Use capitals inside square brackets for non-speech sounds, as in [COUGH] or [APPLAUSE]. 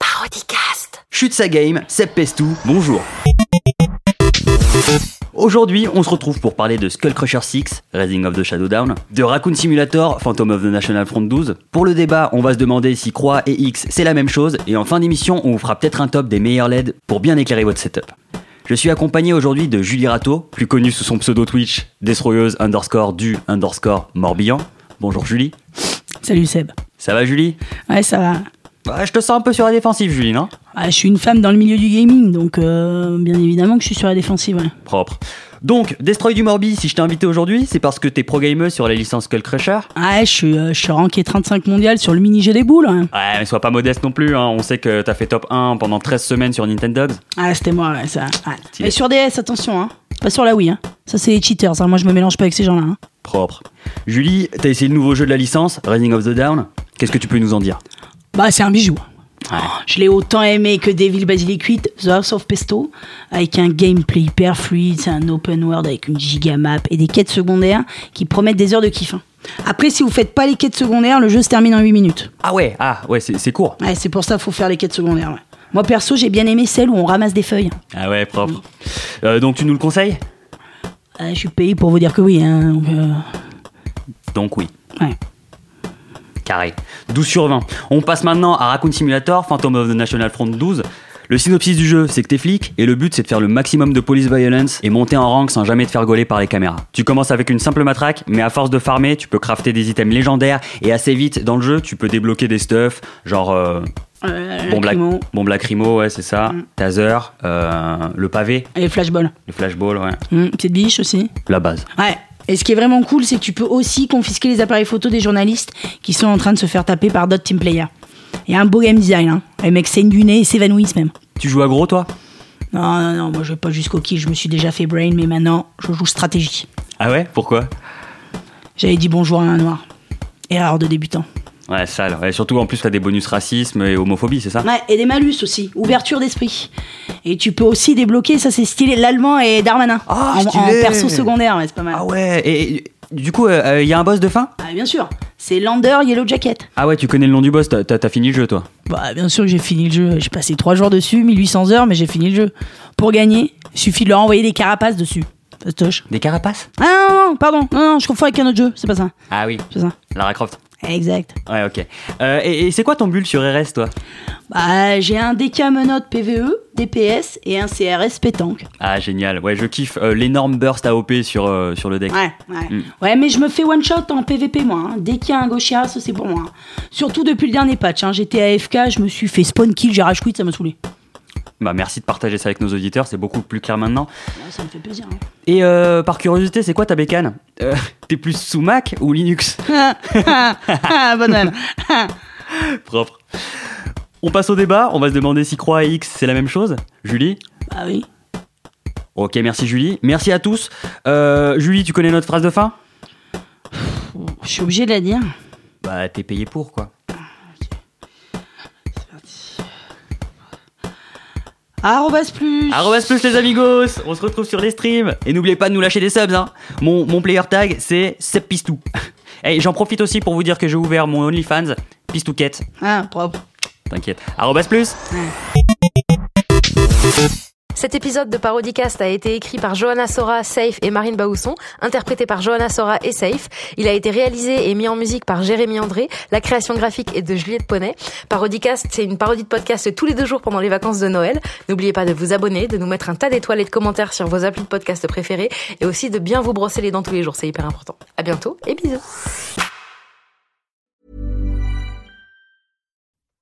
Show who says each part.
Speaker 1: Parodicast.
Speaker 2: Chute sa game, Seb Pestou, bonjour. Aujourd'hui, on se retrouve pour parler de Skull Crusher 6, Rising of the Shadow Down, de Raccoon Simulator, Phantom of the National Front 12. Pour le débat, on va se demander si Croix et X c'est la même chose, et en fin d'émission, on vous fera peut-être un top des meilleurs LED pour bien éclairer votre setup. Je suis accompagné aujourd'hui de Julie Rato, plus connue sous son pseudo Twitch, Destroyeuse underscore du underscore Morbihan. Bonjour Julie.
Speaker 3: Salut Seb.
Speaker 2: Ça va Julie
Speaker 3: Ouais, ça va.
Speaker 2: Bah, Je te sens un peu sur la défensive Julie, non
Speaker 3: Ah, je suis une femme dans le milieu du gaming, donc euh, bien évidemment que je suis sur la défensive. ouais.
Speaker 2: Propre. Donc, Destroy du Morbi, si je t'ai invité aujourd'hui, c'est parce que t'es pro-gamer sur la licence Skull Crusher.
Speaker 3: Ouais, je suis, euh, je suis ranké 35 mondial sur le mini-jeu des boules. hein.
Speaker 2: Ouais, mais sois pas modeste non plus, hein. on sait que t'as fait top 1 pendant 13 semaines sur Nintendo.
Speaker 3: Ah, c'était moi, ouais, ça. ouais.
Speaker 2: Stylé.
Speaker 3: Mais sur DS, attention, hein. Pas sur la Wii, hein. Ça, c'est les cheaters, hein. Moi, je me mélange pas avec ces gens-là. hein.
Speaker 2: Propre. Julie, t'as essayé le nouveau jeu de la licence, Rising of the Down. Qu'est-ce que tu peux nous en dire
Speaker 3: Bah, c'est un bijou.
Speaker 2: Ouais.
Speaker 3: Oh, Je l'ai autant aimé que Devil Basilic 8, The House of Pesto, avec un gameplay hyper fluide, c'est un open world avec une gigamap et des quêtes secondaires qui promettent des heures de kiff. hein. Après, si vous faites pas les quêtes secondaires, le jeu se termine en 8 minutes.
Speaker 2: Ah ouais, ah ouais, c'est c'est court.
Speaker 3: Ouais, c'est pour ça qu'il faut faire les quêtes secondaires. ouais. Moi perso, j'ai bien aimé celle où on ramasse des feuilles.
Speaker 2: Ah ouais, propre. Euh, donc tu nous le conseilles
Speaker 3: Euh, je suis payé pour vous dire que oui. Hein, donc, euh,
Speaker 2: Donc oui.
Speaker 3: ouais.
Speaker 2: Carré. 12 sur 20. On passe maintenant à Raccoon Simulator, Phantom of the National Front 12. Le synopsis du jeu, c'est que t'es flic, et le but c'est de faire le maximum de police violence et monter en rang sans jamais te faire gauler par les caméras. Tu commences avec une simple matraque, mais à force de farmer, tu peux crafter des items légendaires, et assez vite dans le jeu, tu peux débloquer des stuffs, genre euh,
Speaker 3: Euh,
Speaker 2: bombe, la-
Speaker 3: lacrymo
Speaker 2: bombe lacrymo, ouais c'est ça, taser, euh, le pavé,
Speaker 3: Et flashball.
Speaker 2: le flashball, ouais,
Speaker 3: Hum, petite biche aussi.
Speaker 2: la base.
Speaker 3: Ouais. Et ce qui est vraiment cool, c'est que tu peux aussi confisquer les appareils photo des journalistes qui sont en train de se faire taper par d'autres team players. Il y a un beau game design. Hein. Les mecs saignent du nez et s'évanouissent même.
Speaker 2: Tu joues à gros toi
Speaker 3: Non, non, non, moi je vais pas jusqu'au kill. Je me suis déjà fait brain, mais maintenant je joue stratégie.
Speaker 2: Ah ouais Pourquoi
Speaker 3: J'avais dit bonjour à un noir. Erreur de débutant.
Speaker 2: Ouais, sale. Ouais, surtout en plus t'as des bonus racisme et homophobie, c'est ça
Speaker 3: Ouais, et des malus aussi, ouverture d'esprit. Et tu peux aussi débloquer, ça c'est stylé, l'allemand et Darmanin.
Speaker 2: Ah,
Speaker 3: en, en
Speaker 2: stylé.
Speaker 3: perso secondaire, ouais, c'est pas mal.
Speaker 2: Ah ouais, et, et du coup, il y a un boss de fin
Speaker 3: Ah, bien sûr, c'est Lander Yellow Jacket.
Speaker 2: Ah ouais, tu connais le nom du boss, t'as- t'as t'as fini le jeu toi.
Speaker 3: Bah, bien sûr que j'ai fini le jeu. J'ai passé 3 jours dessus, 1800 heures, mais j'ai fini le jeu. Pour gagner, suffit de leur envoyer des carapaces dessus. Fastoche.
Speaker 2: Des carapaces
Speaker 3: Ah non, non, non, pardon, non, non, je confonds avec un autre jeu, c'est pas ça.
Speaker 2: Ah oui,
Speaker 3: C'est ça.
Speaker 2: Lara Croft.
Speaker 3: Exact.
Speaker 2: Ouais, ok. Euh, et et c'est quoi ton bulle sur RS toi
Speaker 3: Bah, j'ai un DK menotte PVE, DPS et un CRS pétanque.
Speaker 2: Ah génial, ouais, je kiffe euh, l'énorme burst AOP sur, euh, sur le deck.
Speaker 3: Ouais, ouais. Ouais, mais je me fais one shot en PVP, moi. hein. Dès qu'il y a un gauchias, c'est pour moi. hein. Surtout depuis le dernier patch. hein. J'étais AFK, je me suis fait spawn kill, j'ai rage quit, ça m'a saoulé.
Speaker 2: Bah merci de partager ça avec nos auditeurs, c'est beaucoup plus clair maintenant.
Speaker 3: Ouais, ça me fait plaisir. hein.
Speaker 2: Et euh, par curiosité, c'est quoi ta bécane Euh, [LAUGHS] T'es plus sous Mac ou
Speaker 3: [LAUGHS]
Speaker 2: Linux
Speaker 3: Ah, ah, [LAUGHS] ah, bonne âme. Ah.
Speaker 2: Propre. On passe au débat, on va se demander si Croix et X c'est la même chose. Julie
Speaker 3: [LAUGHS] bah oui.
Speaker 2: Ok, merci Julie. Merci à tous. Euh, Julie, tu connais notre phrase de fin
Speaker 3: Je suis obligée de la dire.
Speaker 2: Bah, t'es payé pour, quoi.
Speaker 3: Arrobas Ah, plus.
Speaker 2: Arrobas plus les amigos On se retrouve sur les streams Et n'oubliez pas de nous lâcher des subs, hein Mon, mon player tag, c'est Seppistou. [LAUGHS] Et j'en profite aussi pour vous dire que j'ai ouvert mon OnlyFans, Pistouquette.
Speaker 3: Ah, propre.
Speaker 2: T'inquiète. Arrobas plus
Speaker 1: Cet épisode de Parodicast a été écrit par Johanna Sora, Safe et Marine Baousson, interprété par Johanna Sora et Safe. Il a été réalisé et mis en musique par Jérémy André. La création graphique est de Juliette Poney. Parodicast, c'est une parodie de podcast tous les deux jours pendant les vacances de Noël. N'oubliez pas de vous abonner, de nous mettre un tas d'étoiles et de commentaires sur vos applis de podcast préférés et aussi de bien vous brosser les dents tous les jours, c'est hyper important. À bientôt et bisous.